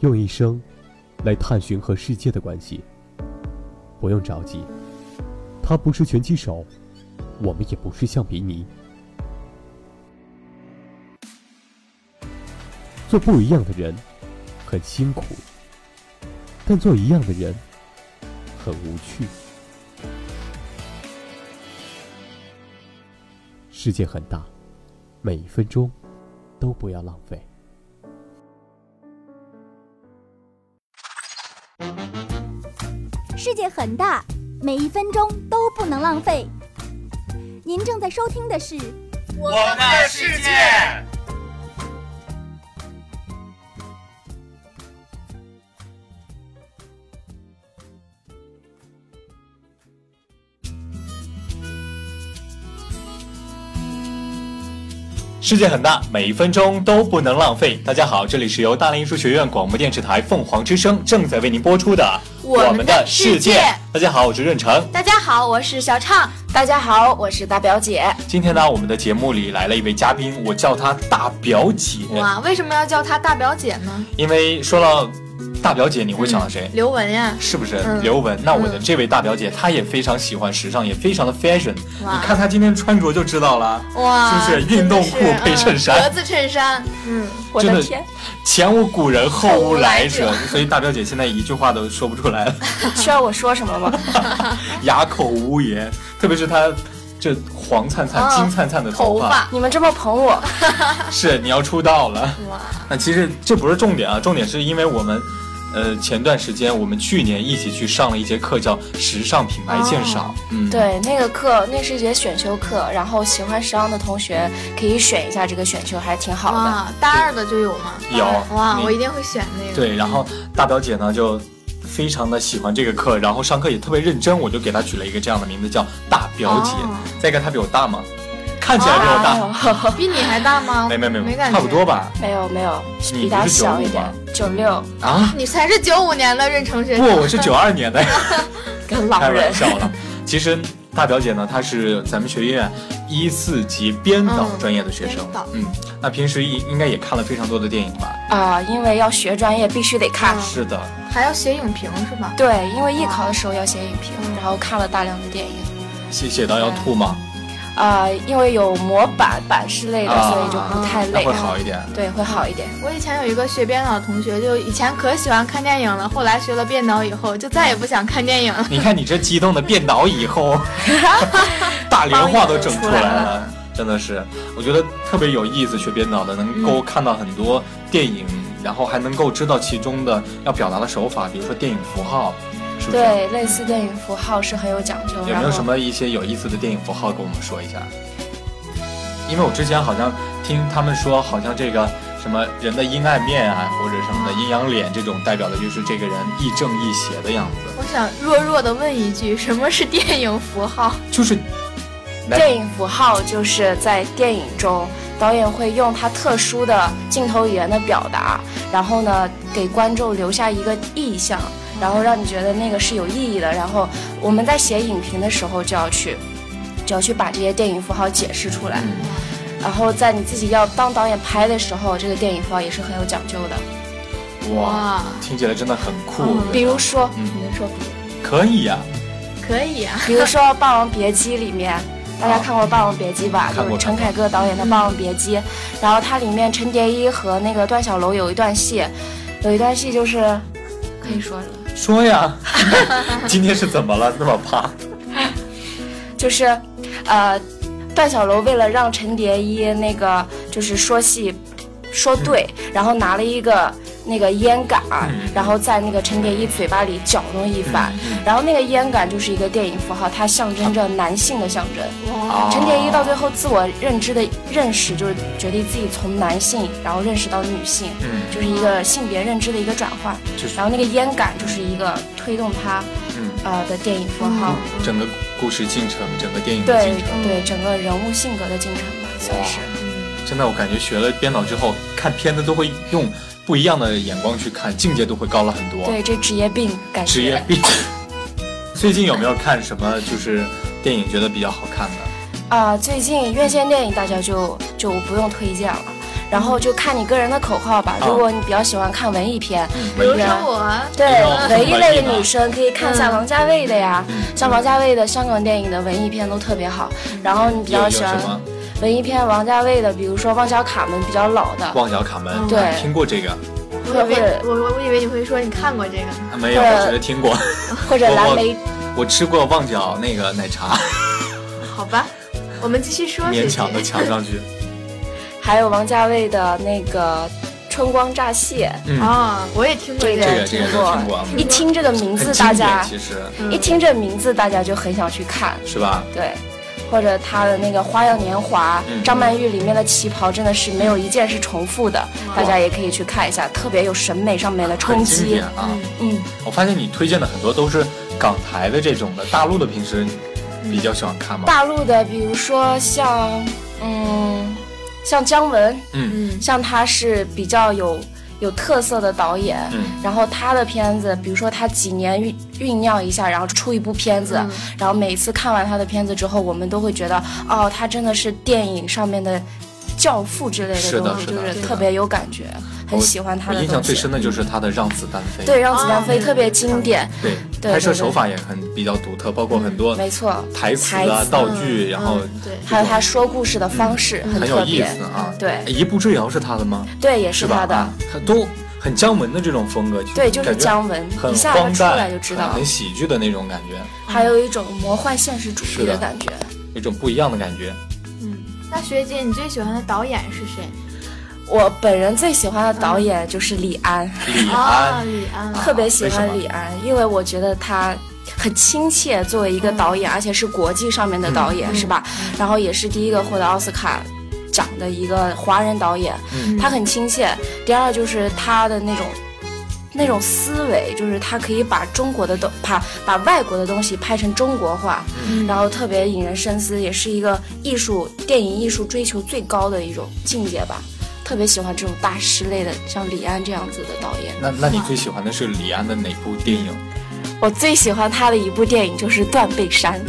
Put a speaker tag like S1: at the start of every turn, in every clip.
S1: 用一生来探寻和世界的关系。不用着急，他不是拳击手，我们也不是橡皮泥。做不一样的人很辛苦，但做一样的人很无趣。世界很大，每一分钟都不要浪费。
S2: 世界很大，每一分钟都不能浪费。您正在收听的是《
S3: 我们的世界》。
S4: 世界很大，每一分钟都不能浪费。大家好，这里是由大连艺术学院广播电视台凤凰之声正在为您播出的《
S5: 我们的世界》。
S4: 大家好，我是任成。
S5: 大家好，我是小畅。大家好，我是大表姐。
S4: 今天呢，我们的节目里来了一位嘉宾，我叫她大表姐。
S5: 哇，为什么要叫她大表姐呢？
S4: 因为说到大表姐，你会想到谁？
S5: 嗯、刘雯呀，
S4: 是不是、嗯、刘雯？那我的这位大表姐，她也非常喜欢时尚，也非常的 fashion。你看她今天穿着就知道了，
S5: 哇，
S4: 是不是运动裤配衬衫、
S5: 格、嗯、子衬衫？嗯，我
S4: 的
S5: 天，
S4: 前无古人后
S5: 无
S4: 来
S5: 者，
S4: 所以大表姐现在一句话都说不出 来了。
S5: 需要我说什么吗？
S4: 哑口无言，特别是她。这黄灿灿、金灿灿的
S5: 头
S4: 哦发，
S5: 你们这么捧我，
S4: 是你要出道了哇！那其实这不是重点啊，重点是因为我们，呃，前段时间我们去年一起去上了一节课，叫时尚品牌鉴赏。
S5: 嗯，对，那个课那是一节选修课，然后喜欢时尚的同学可以选一下这个选修，还挺好
S6: 啊
S5: 的。大二的就有吗？
S4: 有
S6: 哇，我一定会选那个。
S4: 对，然后大表姐呢就。非常的喜欢这个课，然后上课也特别认真，我就给他取了一个这样的名字，叫大表姐。哦、再一个，她比我大吗？看起来比我
S6: 大，哦、比你还大吗？
S4: 没没没
S6: 没，
S4: 差不多吧。
S5: 没有没有，
S4: 你
S5: 比他小一点，九六
S4: 啊？
S6: 你才是九五年的任成学
S4: 不，我是九二年的，
S5: 跟老
S4: 开玩笑了。其实大表姐呢，她是咱们学院一四级编导专业的学生，嗯，嗯那平时应应该也看了非常多的电影吧？
S5: 啊、呃，因为要学专业，必须得看。嗯、
S4: 是的。
S6: 还要写影评是吧？
S5: 对，因为艺考的时候要写影评，嗯、然后看了大量的电影，
S4: 写写到要吐吗？
S5: 啊、呃，因为有模板版式类的，啊、所以就不太累，
S4: 会好一点。
S5: 对，会好一点。
S6: 我以前有一个学编导同学，就以前可喜欢看电影了，后来学了编导以后，就再也不想看电影了。
S4: 你看你这激动的变导以 后，大连话都整出来了，真的是，我觉得特别有意思。学编导的能够看到很多电影。嗯然后还能够知道其中的要表达的手法，比如说电影符号，是不是？
S5: 对，类似电影符号是很有讲究。
S4: 嗯有没有什么一些有意思的电影符号给我们说一下？因为我之前好像听他们说，好像这个什么人的阴暗面啊，或者什么的阴阳脸，这种代表的就是这个人亦正亦邪的样子。
S6: 我想弱弱的问一句，什么是电影符号？
S4: 就是
S5: 电影符号，就是在电影中。导演会用他特殊的镜头语言的表达，然后呢，给观众留下一个意象，然后让你觉得那个是有意义的。然后我们在写影评的时候就要去，就要去把这些电影符号解释出来。然后在你自己要当导演拍的时候，这个电影符号也是很有讲究的。
S4: 哇，听起来真的很酷。嗯、
S5: 比如说，嗯、你能说比
S4: 如？可以呀、
S6: 啊，可以呀、啊。
S5: 比如说《霸王别姬》里面。大家哦看过《嗯霸王别姬》吧？就是陈凯歌导演的《霸王别姬》，然后它里面陈蝶衣和那个段小楼有一段戏，有一段戏就是可以说了。
S4: 说呀， 今天是怎么了？那么怕？
S5: 就是呃，段小楼为了让陈蝶衣那个就是说戏说对，然后拿了一个。那个烟杆，然后在那个陈蝶衣嘴巴里搅弄一番，
S4: 嗯
S5: 然后那个烟杆就是一个电影符号，它象征着男性的象征。
S4: 嗯
S5: 陈蝶衣到最后自我认知的认识，就是决定自己从男性，然后认识到女性，
S4: 啊嗯
S5: 就是一个性别认知的一个转换。然后那个烟杆就是一个推动他，呃的电影符号。
S4: 嗯整个故事进程，整个电影的进程，
S5: 对对，整个人物性格的进程吧，算是。
S4: 真的，我感觉学了编导之后，看片子都会用。不一样的眼光去看，境界都会高了很多。
S5: 对，这职业病感觉。
S4: 职业 病。最近有没有看什么就是电影觉得比较好看的？
S5: 啊、呃，最近院线电影大家就就不用推荐了。然后就看你个人的口号吧。
S4: 啊嗯
S5: 如果你比较喜欢看文艺片，
S6: 比如
S4: 文艺
S6: 说我，
S5: 对
S4: 比较
S5: 文艺类
S4: 文艺
S5: 的
S4: 的
S5: 女生可以看像
S6: 嗯
S5: 王家卫的呀，
S4: 嗯
S5: 像王家卫的香港电影的文艺片都特别好。然后你比
S4: 有
S5: 较
S4: 有
S5: 喜
S4: 什
S5: 欢
S4: 么
S5: 文艺片，王家卫的，比如说《旺角卡门》比较老的，
S4: 旺角卡门，
S5: 对
S4: 听过这个
S6: 我以为我我我以为你会说你看过这个呢，
S4: 没有？
S5: 对
S4: 我觉得听过，
S5: 或者
S4: 我
S5: 蓝
S4: 我
S5: 莓
S4: 我吃过旺角那个奶茶，
S6: 好吧，我们继续
S5: 啊
S6: 说
S4: 勉
S6: 姐
S4: 强的
S6: 姐。
S4: 抢上去。
S5: 还有王家卫的那个《春光乍泄
S4: 嗯，
S6: 哦，我也听过这
S5: 这
S6: 个，
S4: 这个这个
S5: 听过
S4: 都听过，》，嗯
S5: 一听这个名
S4: 很
S5: 字，
S4: 经
S5: 大
S4: 典，
S5: 家
S4: 其实
S5: 一听这名字，大家就很想去看，
S4: 是吧？
S5: 对。或者他的那个《花样年华》
S4: 嗯
S5: 张曼玉里面的旗袍真的是没有一件是重复的，大家也可以去看一下，特别有审美上面的冲
S4: 很经
S5: 击
S4: 典。啊！
S5: 嗯，
S4: 我发现你推荐的很多都是港台的这种的，大陆的平时比较喜欢看吗？
S5: 大陆的，比如说像，嗯，像姜文，
S4: 嗯
S6: 嗯，
S5: 像他是比较有有特色的导演，
S4: 嗯，
S5: 然后他的片子，比如说他几年酝酝酿一下，然后出一部片子，
S6: 嗯
S5: 然后每次看完他的片子之后，我们都会觉得，哦，他真的是电影上面的教父之类
S4: 是的
S5: 东
S4: 是
S5: 西，
S4: 的
S5: 就是
S4: 是的
S5: 特别有感觉，很喜欢他
S4: 我
S5: 的
S4: 印象
S5: 东
S4: 最
S5: 西。
S4: 深的就是他的《嗯让子弹飞》，
S5: 对，让子弹
S6: 哦
S5: 飞特别经典，
S4: 对
S5: 对
S4: 拍摄
S5: 对对
S4: 手法也很比较独特，包括很多
S5: 没错，
S4: 台词
S5: 台
S4: 啊、
S5: 词
S4: 道具，
S6: 嗯
S4: 然后
S6: 嗯对，
S5: 还有他说故事的方式、
S4: 嗯很有
S5: 特
S4: 意
S5: 别，
S4: 思啊。
S5: 对
S4: 一步之遥是他的吗？
S5: 对，也是他
S4: 吧？
S5: 的
S4: 啊，很都很姜文的这种风格，
S5: 对，就是
S4: 感觉
S5: 姜文，
S4: 很
S5: 一下子
S4: 荒
S5: 出来
S4: 诞，
S5: 就知道
S4: 很，很喜剧的那种感觉，
S5: 还有一种魔幻现实主
S4: 是
S5: 义
S4: 的
S5: 的感觉。
S4: 有一种不一样的感觉。
S6: 嗯，那学姐你最喜欢的导演是谁？
S5: 我本人最喜欢的导演就是李安，
S4: 李
S6: 啊，
S4: 安，
S6: 李安，
S5: 特别喜
S4: 为
S5: 欢
S4: 什么
S5: 李安，因为我觉得他很亲切，作为一个导演，而且是国际上面的导演，
S6: 嗯
S5: 是吧？然后也是第一个获得奥斯卡奖的一个华人导演，
S4: 嗯
S5: 他很亲切。第二就是他的那种。那种思维就是他可以把中国的东把把外国的东西拍成中国化，
S6: 嗯
S5: 然后特别引人深思，也是一个艺术电影艺术追求最高的一种境界吧。特别喜欢这种大师类的，像李安这样子的导演。
S4: 那那你最喜欢的是李安的哪部电影？
S5: 我最喜欢他的一部电影就是《断背山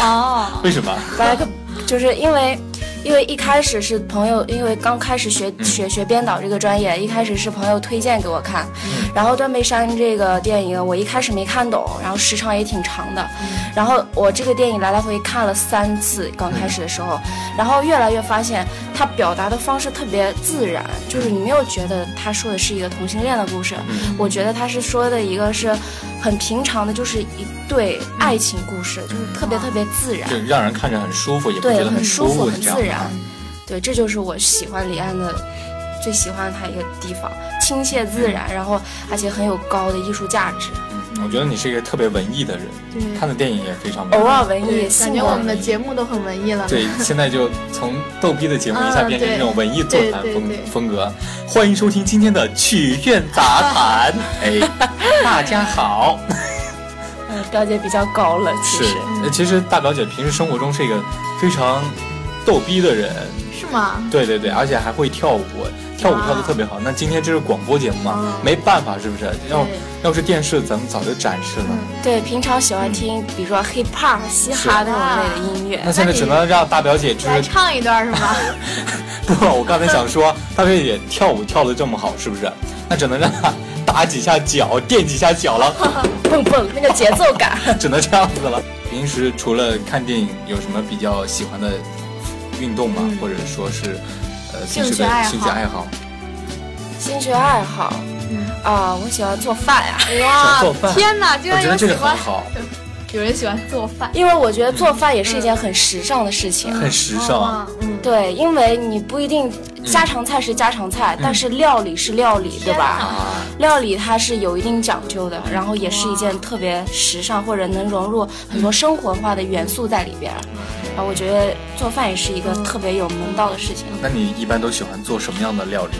S5: 啊
S6: 哦，
S4: 为什么？》
S5: ，Black，就是因为。因为一开始是朋友，因为刚开始学
S4: 嗯
S5: 学学编导这个专业，一开始是朋友推荐给我看，然后《断背山》这个电影我一开始没看懂，然后时长也挺长的，然后我这个电影来来回回看了三次，刚开始的时候，然后越来越发现他表达的方式特别自然，就是你没有觉得他说的是一个同性恋的故事，
S4: 嗯
S5: 我觉得他是说的一个是很平常的，就是一对爱情故事，就是特别特别自然
S4: 就，让人看着很舒服，也不
S5: 对
S4: 觉得
S5: 很舒
S4: 舒
S5: 服
S4: 服，
S5: 很
S4: 这样
S5: 自
S4: 的
S5: 然
S4: 啊
S5: 对，这就是我喜欢李安的最喜欢他一个地方，亲切自然，然后而且很有高的艺术价值，
S4: 嗯我觉得你是一个特别文艺的人，
S6: 嗯对
S4: 看的电影也非常文艺
S5: 嗯偶尔文
S6: 对
S5: 艺，
S6: 感
S5: 性
S6: 觉
S5: 格
S6: 我们的节目都很文艺了。
S4: 对，现在就从逗逼的节目一下
S6: 嗯
S4: 变成
S6: 对
S4: 这种文艺座谈
S6: 对对
S4: 风
S6: 对
S4: 风格。欢迎收听今天的曲苑杂谈。哎，大家好，
S5: 呃表姐比较高冷，其
S4: 是
S5: 实。
S6: 嗯
S4: 呃其实大表姐平时生活中是一个非常逗逼的人，
S6: 是吗？
S4: 对对对，而且还会跳舞，跳舞
S6: 哇
S4: 跳的特别好。那今天这是广播节目嘛
S6: 哦，
S4: 没办法，是不是？要
S6: 对
S4: 要是电视，咱们早就展示了。
S6: 嗯
S5: 对，平常喜欢听，比如说 hip hop、嘻哈那种类的音乐
S4: 那。现在只能让大表姐就
S6: 来
S4: 是
S6: 唱一段是吗？
S4: 不， 我刚才想说，大表姐跳舞跳的这么好，是不是？那只能让她 打几下脚，垫几下脚了，
S5: 蹦蹦那个节奏感。
S4: 只能这样子 了。平时除了看电影，有什么比较喜欢的运动吗？或者说是呃平时
S6: 嗯兴趣
S4: 的
S6: 爱好
S4: 兴趣爱好？
S5: 兴趣爱好
S4: 嗯，
S5: 啊，我喜欢做饭啊呀、
S4: 想做
S6: 哇
S4: 饭，
S6: 天哪，居
S4: 我
S6: 然
S4: 觉
S6: 有
S4: 得这
S6: 喜
S4: 个很
S6: 欢，
S4: 好，
S6: 有人喜欢做饭，
S5: 因为我觉得做饭也是一件很时尚的事情。
S4: 嗯很嗯时尚。
S6: 哦，嗯，
S5: 对，因为你不一定家常菜是家常
S4: 嗯
S5: 菜，但是料理是料理，对吧？
S4: 啊，
S5: 料理它是有一定讲究的，然后也是一件特别时尚或者能融入很多生活化的元素在里边儿。
S4: 嗯
S5: 啊，我觉得做饭也是一个特别有门道的事情。
S4: 那你一般都喜欢做什么样的料理？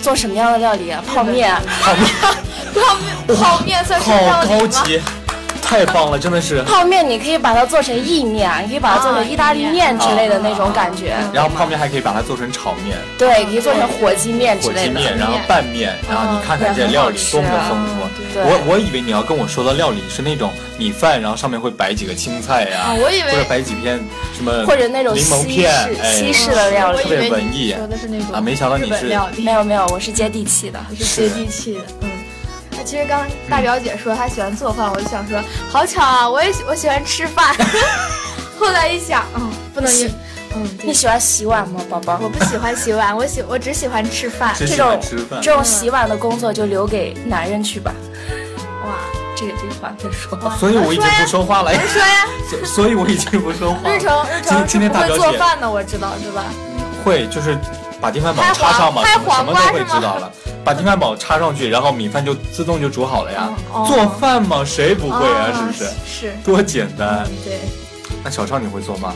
S5: 做什么
S4: 嗯
S5: 样的料理啊？泡面啊、
S6: 泡面算是
S4: 好
S6: 料理
S4: 高
S6: 吗？
S4: 级，太棒了，真的是。
S5: 泡面你可以把它做成意面，啊你可以把它做成意大利面之类的那
S4: 啊
S5: 种感觉。
S4: 然后泡面还可以把它做成炒面、
S5: 对，可以做成火鸡面之
S4: 火鸡
S5: 类的。
S4: 面，然后拌面，然后你看看这料理多么的
S6: 嗯
S4: 丰
S6: 啊
S4: 富。
S5: 对，
S4: 我我以为你要跟我说的料理是那种米饭，然后上面会摆几个青菜呀、
S6: 啊，我以
S4: 或者
S6: 为
S4: 摆几片什么
S5: 或者那种
S4: 柠檬
S5: 西
S4: 片，
S5: 式
S4: 哎，
S5: 西式的料
S6: 嗯我
S5: 理
S6: 以
S4: 特。别
S6: 为
S4: 文艺
S6: 说的是那种
S4: 啊没想到你
S6: 日本
S4: 是
S6: 料理
S5: 没，有没有，我是接地气的。
S6: 你是接地气的，嗯。那其实刚刚大表姐说她喜欢做饭，我就想说，好巧啊，我也喜我喜欢吃饭。 后来一想，嗯，不能
S5: 喜，
S6: 嗯，对
S5: 你喜欢洗碗吗，宝宝
S6: 我？不喜欢洗碗，我喜我只喜欢吃饭。
S4: 只喜欢吃饭。
S5: 这种洗碗的工作就留给男人去吧。
S6: 哇，
S4: 啊
S5: 这个这句话别说。
S4: 所以我已经不说话了，
S6: 你说呀，
S4: 所所以我已经不说话了。
S6: 日程日程是
S4: 今天
S6: 不
S4: 大表
S6: 会
S4: 姐
S6: 做饭的，我知道是吧？
S4: 会就是把电饭煲插上嘛，
S6: 拍
S4: 什么什
S6: 黄
S4: 么
S6: 拍
S4: 都
S6: 黄瓜
S4: 会
S6: 是吗
S4: 知道了。把电饭煲插上去，然后米饭就自动就煮好了呀。
S6: 哦
S4: 做饭嘛，谁不会啊？是不是？
S6: 是？嗯
S4: 多简单。
S6: 对，
S4: 那小畅你会做吗？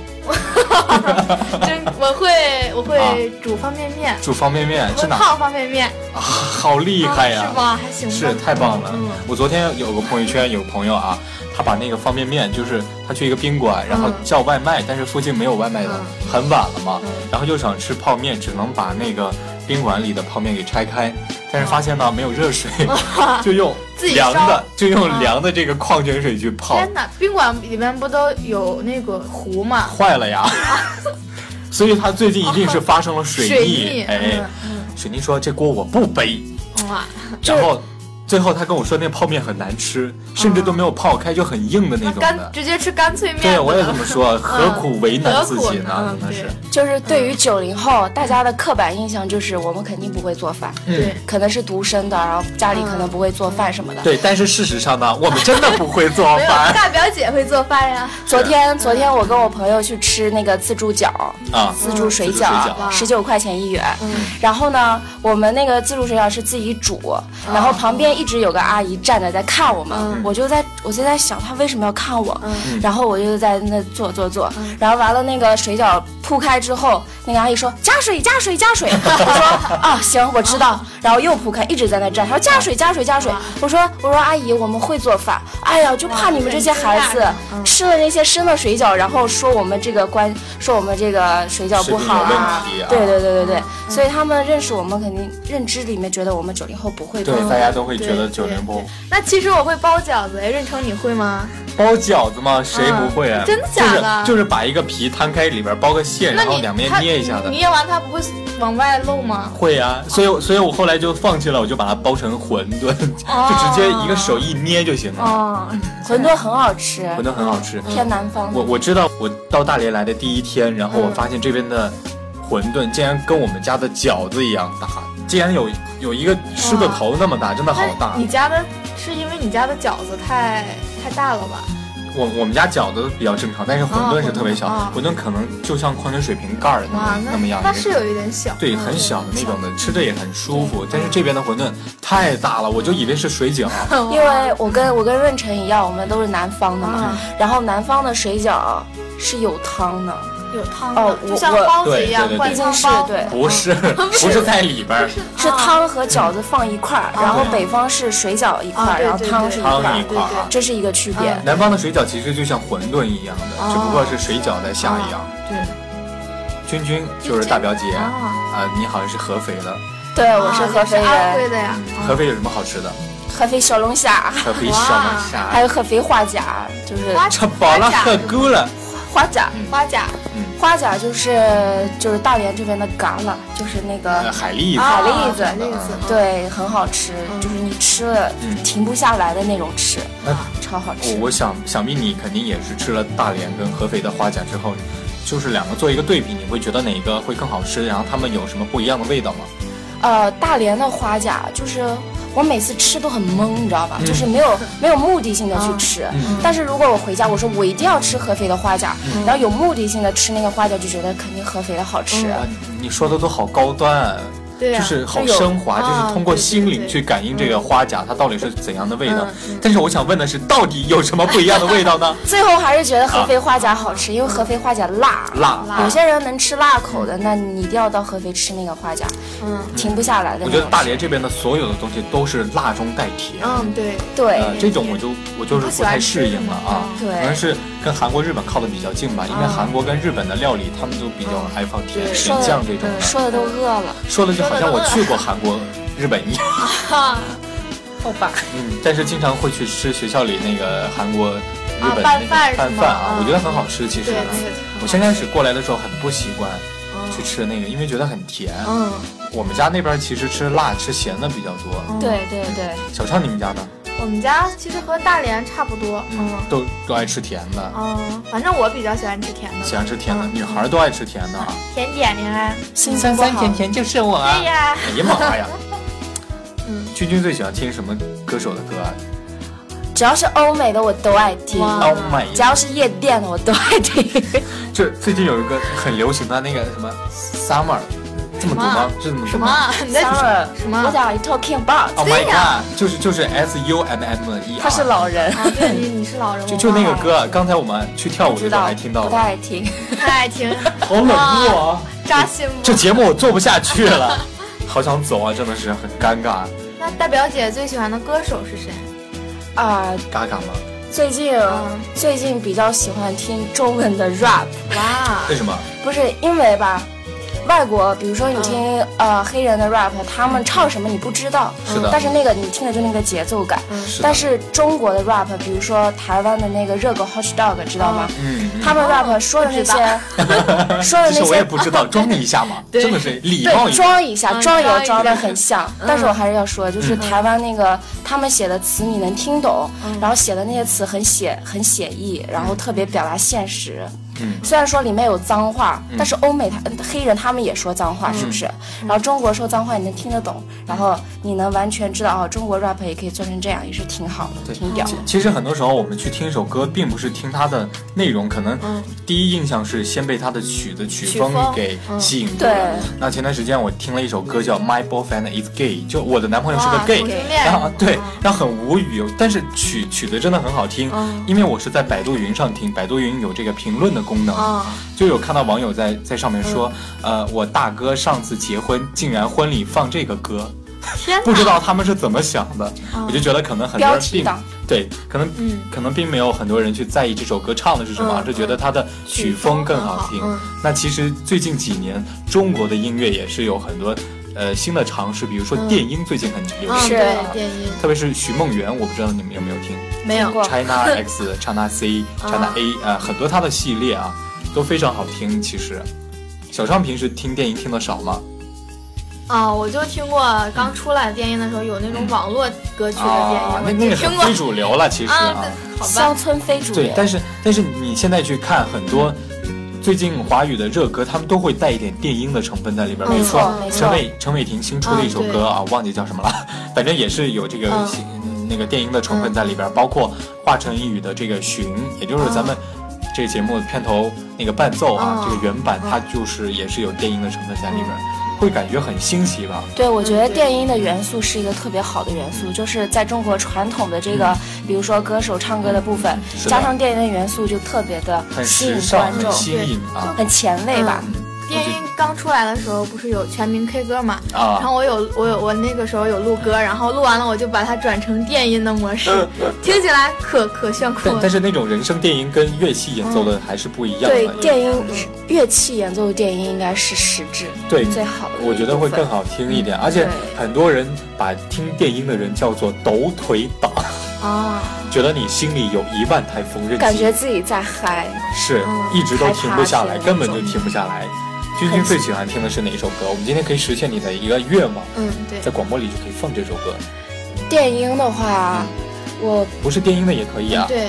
S6: 真我会我会煮方便面，
S4: 煮方便面
S6: 我
S4: 啊是
S6: 会
S4: 哪？
S6: 泡方便面，
S4: 啊，
S6: 啊
S4: 好厉害呀、
S6: 是吗？还行吧，
S4: 是太棒了
S6: 嗯！
S4: 我昨天有个朋友圈，有个朋友啊，他把那个方便面，就是他去一个宾馆，然后叫外卖，但是附近没有外卖的，
S6: 嗯
S4: 很晚了嘛，然后又想吃泡面，只能把那个宾馆里的泡面给拆开，但是发现呢没有热 水，就用
S6: 嗯自己
S4: 凉
S6: 烧嗯
S4: 的，就用凉的这个矿泉水去泡，
S6: 天哪，宾馆里面不都有那个壶吗？
S4: 坏了 呀！所以他最近一定是发生了水
S6: 水
S4: 逆，
S6: 逆，
S4: 哎，
S6: 嗯
S4: 水逆说这锅我不背，
S6: 嗯，哇，
S4: 然后最后他跟我说那泡面很难吃，甚至都没有泡开，就很硬的那
S6: 那
S4: 种
S6: 干
S4: 的。
S6: 直接吃干脆面不
S4: 对，
S6: 得，
S4: 我也这么 说，何苦为难自己呢
S6: 何？
S4: 真
S6: 苦呢嗯
S4: 的是，
S5: 就是对于九零后，大家的刻板印象就是我们肯定不会做饭，
S6: 对
S4: 嗯，
S5: 可能是独生的，然后家里可能不会做饭什么的。
S4: 对。但是事实上呢，我们真的不会做
S6: 没有
S4: 饭
S6: 大表姐会做饭 呀，
S5: 昨天昨天我跟我朋友去吃那个自助饺，
S4: 啊。
S5: 自助水
S4: 自助水
S5: 饺
S6: 啊
S4: 饺
S5: 十九块钱一元。
S6: 嗯
S5: 然后呢，我们那个自助水饺是自己煮，然后旁边一直有个阿姨站着在看我们，
S6: 嗯
S5: 我就在我就在想她为什么要看我，
S6: 嗯
S5: 然后我就在那做做做，然后完了那个水饺铺开之后，那个阿姨说加水加水加水， 我说啊行我知道，然后又铺开一直在那站，她说加水加水加水
S6: 哇，
S5: 我说我说阿姨我们会做饭，哎呀就怕你们这些孩子
S6: 嗯
S5: 吃了那些生的水饺，然后说我们这个关说我们这个水饺不好啊
S4: 食品有问题啊，
S5: 对对对对对，所以他们认识我们肯定认知里面觉得我们九零后不会做
S4: 对，大
S5: 饭，
S4: 家都会觉得
S6: 嗯对
S4: 九零后
S6: 那其实我会包饺子，哎，润成你会吗？
S4: 包饺子嘛，谁不会啊？
S6: 嗯真的假的
S4: 就是就是把一个皮摊开，里边包个馅，
S6: 那
S4: 然后
S6: 你
S4: 两面
S6: 它
S4: 捏一下的
S6: 你。捏完它不会往外漏吗？
S4: 会啊，所以我所以我后来就放弃了，我就把它包成馄饨， 就直接一个手一捏就行了。
S6: 哦，
S5: 馄饨很好吃，
S4: 馄饨很好吃，
S5: 偏南方的
S4: 我我知道，我到大连来的第一天，然后我发现这边的馄饨竟然跟我们家的饺子一样大，竟然有有一个狮子头那么大，真的好大
S6: 哦那。哎你家的是因为你家的饺子太太大了吧？
S4: 我我们家饺子比较正常，但是馄饨是特别小，
S6: 啊
S4: 馄饨可能就像矿泉水瓶盖儿那
S6: 哇
S4: 么，
S6: 那
S4: 么样一
S6: 那
S4: 个。
S6: 是有一点小，
S4: 对，
S6: 嗯
S4: 很小的那种的，吃着也很舒服。但是这边的馄饨太大了，我就以为是水饺。啊
S6: 嗯
S5: 因为我跟我跟润晨一样，我们都是南方的嘛，
S6: 啊
S4: 嗯
S5: 然后南方的水饺是有汤的，
S6: 有汤
S5: 哦
S6: 的，
S5: 我
S6: 就像
S5: 我
S6: 包子
S4: 对
S6: 一样
S4: 对对，
S6: 灌
S4: 对
S6: 汤
S5: 是
S6: 包，
S5: 对
S4: 不是，
S6: 哦
S4: 不是在里 边儿，
S5: 是汤和饺子放一块儿，然后
S4: 对
S5: 北方是水饺一块
S6: 嗯啊
S5: 儿，
S6: 对
S5: 然后
S6: 对
S5: 汤
S6: 对
S5: 是一块
S4: 汤一
S5: 儿，
S4: 块儿啊。
S5: 这是一个区别。
S6: 嗯
S4: 南方的水饺其实就像馄饨一样的，只不过是水饺在下一样。
S6: 对
S4: 君君就是大表姐啊、
S6: 啊，
S4: 你好像是合肥的，
S5: 对，我是合肥
S6: 啊安
S5: 人，
S6: 徽的呀，啊
S4: 合肥有什么好吃的？
S5: 合肥小龙虾，
S4: 合肥小龙
S5: 还
S4: 虾，
S5: 有合肥花甲，就是
S6: 花
S4: 吃饱了喝够了，
S5: 花甲。
S4: 嗯
S6: 花甲
S5: 花甲就是就是大连这边的嘎啦，就是那
S4: 呃，
S5: 个
S4: 海蛎子，
S5: 海
S6: 啊
S5: 蛎子
S6: 海蛎子，
S5: 对，很好吃，
S6: 嗯
S5: 就是你吃了
S4: 嗯
S5: 停不下来的那种吃
S4: 嗯，
S5: 超好
S4: 我
S5: 吃。
S4: 我想想必你肯定也是吃了大连跟合肥的花甲之后，就是两个做一个对比，你会觉得哪个会更好吃？然后它们有什么不一样的味道吗？
S5: 呃，大连的花甲就是我每次吃都很懵，你知道吧？
S4: 嗯
S5: 就是没有没有目的性的去吃。
S4: 嗯
S5: 但是如果我回家，我说我一定要吃合肥的花甲，然后
S4: 嗯呃
S5: 有目的性的吃那个花甲，就觉得肯定合肥的好吃。
S4: 啊，你说的都好高端啊，
S6: 对啊，
S4: 就是好升华，
S6: 有
S4: 就是通过心
S6: 啊对对
S4: 灵
S6: 对
S4: 去感应这个花甲它到底是怎样的味道。
S6: 嗯
S4: 但是我想问的是，到底有什么不一样的味道 呢？
S5: 最后还是觉得合肥花甲好
S4: 啊
S5: 吃，因为合肥花甲辣。
S4: 辣，啊
S6: 辣
S5: 有些人能吃辣口的，那你一定要到合肥吃那个花甲，
S6: 嗯
S5: 停不下来的。
S4: 我觉得大连这边的所有的东西都是辣中带甜，
S6: 嗯，对，
S5: 对
S4: 呃，这种我就我就是
S6: 不
S4: 不
S6: 喜
S4: 太
S6: 欢
S4: 适
S6: 吃
S4: 应了啊。
S6: 嗯
S4: 可能
S5: 对，
S4: 是跟韩国、日本靠的比较近吧，因为
S6: 嗯
S4: 韩国跟日本的料理，他们都比较爱放甜
S6: 对
S4: 甜酱这种的。
S5: 说的都饿了。
S4: 说的就好像我去过韩国、日本一样。
S6: 哈，好吧，
S4: 嗯，但是经常会去吃学校里那个韩国、日本那
S6: 啊拌
S4: 个
S6: 饭
S4: 拌
S6: 是
S4: 饭
S6: 吗
S4: 啊，
S6: 嗯
S4: 我觉得很好吃。其实啊
S6: 对，那个挺好
S4: 我先开始过来的时候很不习惯
S6: 嗯
S4: 去吃那个，因为觉得很甜。
S6: 嗯，
S4: 我们家那边其实吃辣吃咸的比较多。
S6: 嗯，
S5: 对对对，
S4: 小畅，你们家呢？
S6: 我们家其实和大连差不多，嗯
S4: 都都爱吃甜的，
S6: 嗯，反正我比较喜欢吃甜的，
S4: 喜欢吃甜的，
S6: 嗯
S4: 女孩都爱吃甜的啊。
S6: 甜点点啊，
S5: 心情不好。
S4: 甜就是我啊
S6: 对呀，
S4: 哎呀妈呀！
S6: 嗯，
S4: 君君最喜欢听什么歌手的歌啊
S5: 只要是欧美的我都爱听，
S6: 哇
S4: ？Oh my！
S5: 只要是夜店的我都爱 听。
S4: 这最近有一个很流行的那个什么 summer，这么读吗？是这么读
S6: 什么
S4: 吗？
S6: 啊？你在什么
S5: What are you talking
S4: ？Oh
S5: about？
S4: my
S6: 对呀
S4: god！就是就是 S U M M E R，
S5: 他是老人，
S6: 啊？对，你你是老人，
S4: 就
S6: 我
S4: 就那个
S6: 忘了，
S4: 歌，刚才我们去跳舞的
S5: 知
S4: 时候
S5: 道
S4: 还听到
S5: 不太
S4: 了，
S5: 爱听。
S6: 太 爱听，
S4: 好冷漠啊！
S6: 哎扎心不？
S4: 这节目我做不下去了，好想走啊，真的是很尴尬。
S6: 那大表姐最喜欢的歌手是谁？
S5: 啊，
S4: 嘎嘎吗？
S5: 最近
S6: 嗯
S5: 最近比较喜欢听中文的 rap，
S6: 哇，
S4: 为什么？
S5: 不是因为吧，外国比如说你听呃黑人的 rap，他们唱什么你不知道，
S4: 是的
S5: 但是那个你听的就那个节奏感。
S4: 是的
S5: 但是中国的 rap，比如说台湾的那个热狗 hot dog，知道吗？
S6: 哦
S4: 嗯，嗯
S5: 他们 rap 说的那些， 说的
S4: 其实
S5: 那
S4: 我也
S5: 些
S4: 不知道，装一下嘛，
S6: 对
S4: 真的是礼貌
S5: 对，
S4: 一下。
S5: 装一下，
S6: 嗯
S5: 装
S6: 装
S5: 也
S6: 一嗯
S5: 装的
S6: 下
S5: 很像，但是我还是要说，就是
S4: 嗯
S5: 台湾那个他们写的词你能听懂，
S6: 嗯
S5: 然后写的那些词很写很写意，然后特别表达现实。
S4: 嗯
S5: 虽然说里面有脏话，
S4: 嗯
S5: 但是欧美他黑人他们也说脏
S6: 嗯
S5: 话，是不是？然后中国说脏话你能听得懂，然后你能完全知道哦，中国 rap 也可以做成这样，也是挺好的，
S4: 对
S5: 挺屌的。
S4: 其实很多时候我们去听一首歌，并不是听它的内容，可能
S6: 嗯
S4: 第一印象是先被它的曲子曲风
S6: 曲风
S4: 给
S6: 嗯
S4: 吸引住
S5: 对
S4: 了。那前段时间我听了一首歌叫《My Boyfriend Is Gay》，就我的男朋友是个
S6: 哇
S4: gay，
S6: 同性恋
S4: 然后对
S6: 嗯，
S4: 然后很无语，但是曲曲子真的很好听
S6: 嗯，
S4: 因为我是在百度云上听，百度云有这个评论的功能，
S6: 啊，
S4: 就有看到网友在在上面说，
S6: 嗯
S4: 呃，我大哥上次结婚竟然婚礼放这个歌，
S6: 天 哪
S4: 不知道他们是怎么想的，
S6: 嗯
S4: 我就觉得可能很多
S5: 标
S4: 人
S5: 题
S4: 并
S5: 党，
S4: 对，可能
S6: 嗯
S4: 可能并没有很多人去在意这首歌唱的是什么，
S6: 嗯
S4: 而是觉得它的曲风更好听。
S6: 曲风很好
S4: 那其实最近几年中国的音乐也是有很多呃新的尝试，比如说
S6: 嗯
S4: 电音最近很流
S6: 嗯，
S4: 行，
S5: 是
S6: 对，电音
S4: 特别是徐梦圆，我不知道你们有没有听
S6: 没有
S5: 听过
S4: 啊 China X、China C、China A
S6: 啊
S4: 呃很多它的系列啊都非常好听。其实小畅平时听电音听的少吗？
S6: 啊，我就听过刚出来电音的时候有那种网络歌曲的电音，
S4: 啊，
S6: 我
S4: 那那
S6: 就
S4: 个
S6: 听
S4: 很
S6: 过
S4: 非主流了，其实
S6: 啊，对好吧
S5: 乡，村非主
S4: 对
S5: 流，。
S4: 但是但是你现在去看很多最近华语的热歌，他们都会带一点电音的成分在里边，
S5: 没
S4: 比如说
S5: 错
S6: 嗯
S5: 没
S4: 陈
S5: 错，
S4: 伟陈伟霆新出的一首歌啊，忘记叫什么了，反正也是有这个
S6: 嗯
S4: 新那个电音的成分在里
S5: 嗯
S4: 边，包括华晨宇的这个《寻》，也就是咱
S5: 啊
S4: 们这个节目片头那个伴奏啊，
S6: 嗯
S4: 这个原版
S6: 嗯
S4: 它就是也是有电音的成分在里边，
S5: 嗯
S4: 会感觉很新奇吧？
S5: 对，我觉得
S6: 对
S5: 电音的元素是一个特别好的元素，就是在中国传统的这个，比如说歌手唱歌的部分，
S4: 嗯是的
S5: 加上电音的元素，就特别的
S4: 很
S5: 吸
S4: 时
S5: 引
S4: 尚，
S5: 观
S4: 很
S5: 众，
S4: 新颖啊
S5: 很前卫吧。
S6: 电音刚出来的时候不是有全民 K 歌嘛，然
S4: 啊！
S6: 后我有我有我那个时候有录歌，然后录完了我就把它转成电音的模式，听起来可可炫酷
S4: 嗯但
S6: 了
S4: 但。是那种人声电音跟乐器演奏的还是不一样的，
S5: 对
S4: 因为
S5: 电音乐器演奏的电音应该是实质
S4: 对
S5: 最好的一部分，
S4: 我觉得会更好听一点，而且
S5: 嗯对
S4: 很多人把听电音的人叫做抖腿党，
S6: 啊，
S4: 觉得你心里有一万台缝纫机，
S5: 感觉自己在嗨。
S4: 是
S6: 嗯
S4: 一直都停不下来，
S5: 开趴
S4: 根本就停不下来。君君最喜欢听的是哪一首歌？我们今天可以实现你的一个愿望，
S6: 嗯，对，
S4: 在广播里就可以放这首歌，
S5: 电音的话，我
S4: 不是电音的也可以啊。
S6: 对，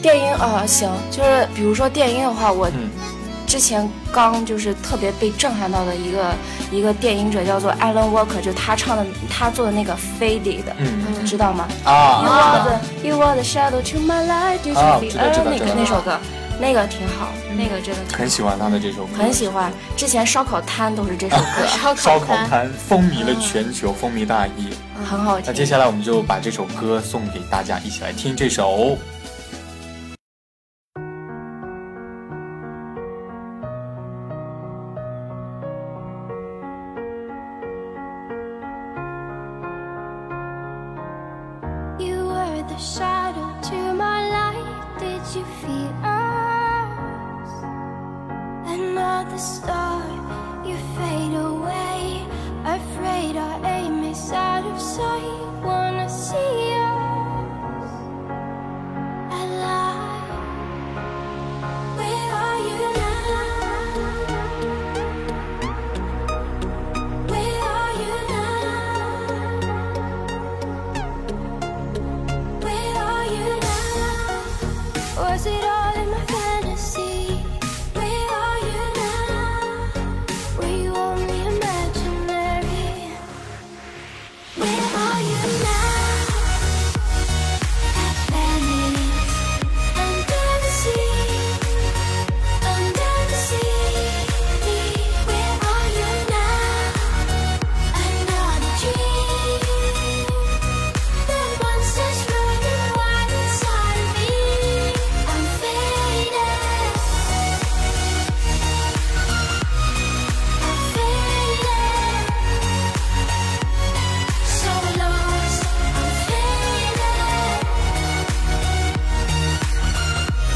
S5: 电音啊、行，就是比如说电音的话，我
S4: 嗯，
S5: 之前刚就是特别被震撼到的一个一个电音者叫做 Alan Walker，就他唱的他做的那个 Faded，
S4: 嗯
S5: 知道吗
S4: 啊，
S5: 嗯？You are the You are the shadow to my light，You
S4: 啊
S5: should
S4: 知
S5: be
S4: 道知道嗯
S5: earning
S4: 知道
S5: 那首歌，那个挺好，那个真的挺好
S4: 很喜欢他的这首歌，
S5: 很喜欢。之前烧烤摊都是这 首歌，
S4: 烧烤摊风靡了全球，风靡大一。
S5: 很好
S4: 那
S5: 听。
S4: 接下来我们就把这首歌送给大家，一起来听这首。
S7: You were the shadow to my light. Did you feel us? Another star, you fade away. Afraid our aim is out of sight. Wanna see us alive. Where are you now? Where are you now? Where are you now? Was it all in my fantasy? Where are you now? Were you only imaginary? Where are you now? Have vanished under the sea, under the sea. Where are you now? Another dream. That once just running wild inside of me. I'm faded. I'm faded. So lost. I'm faded.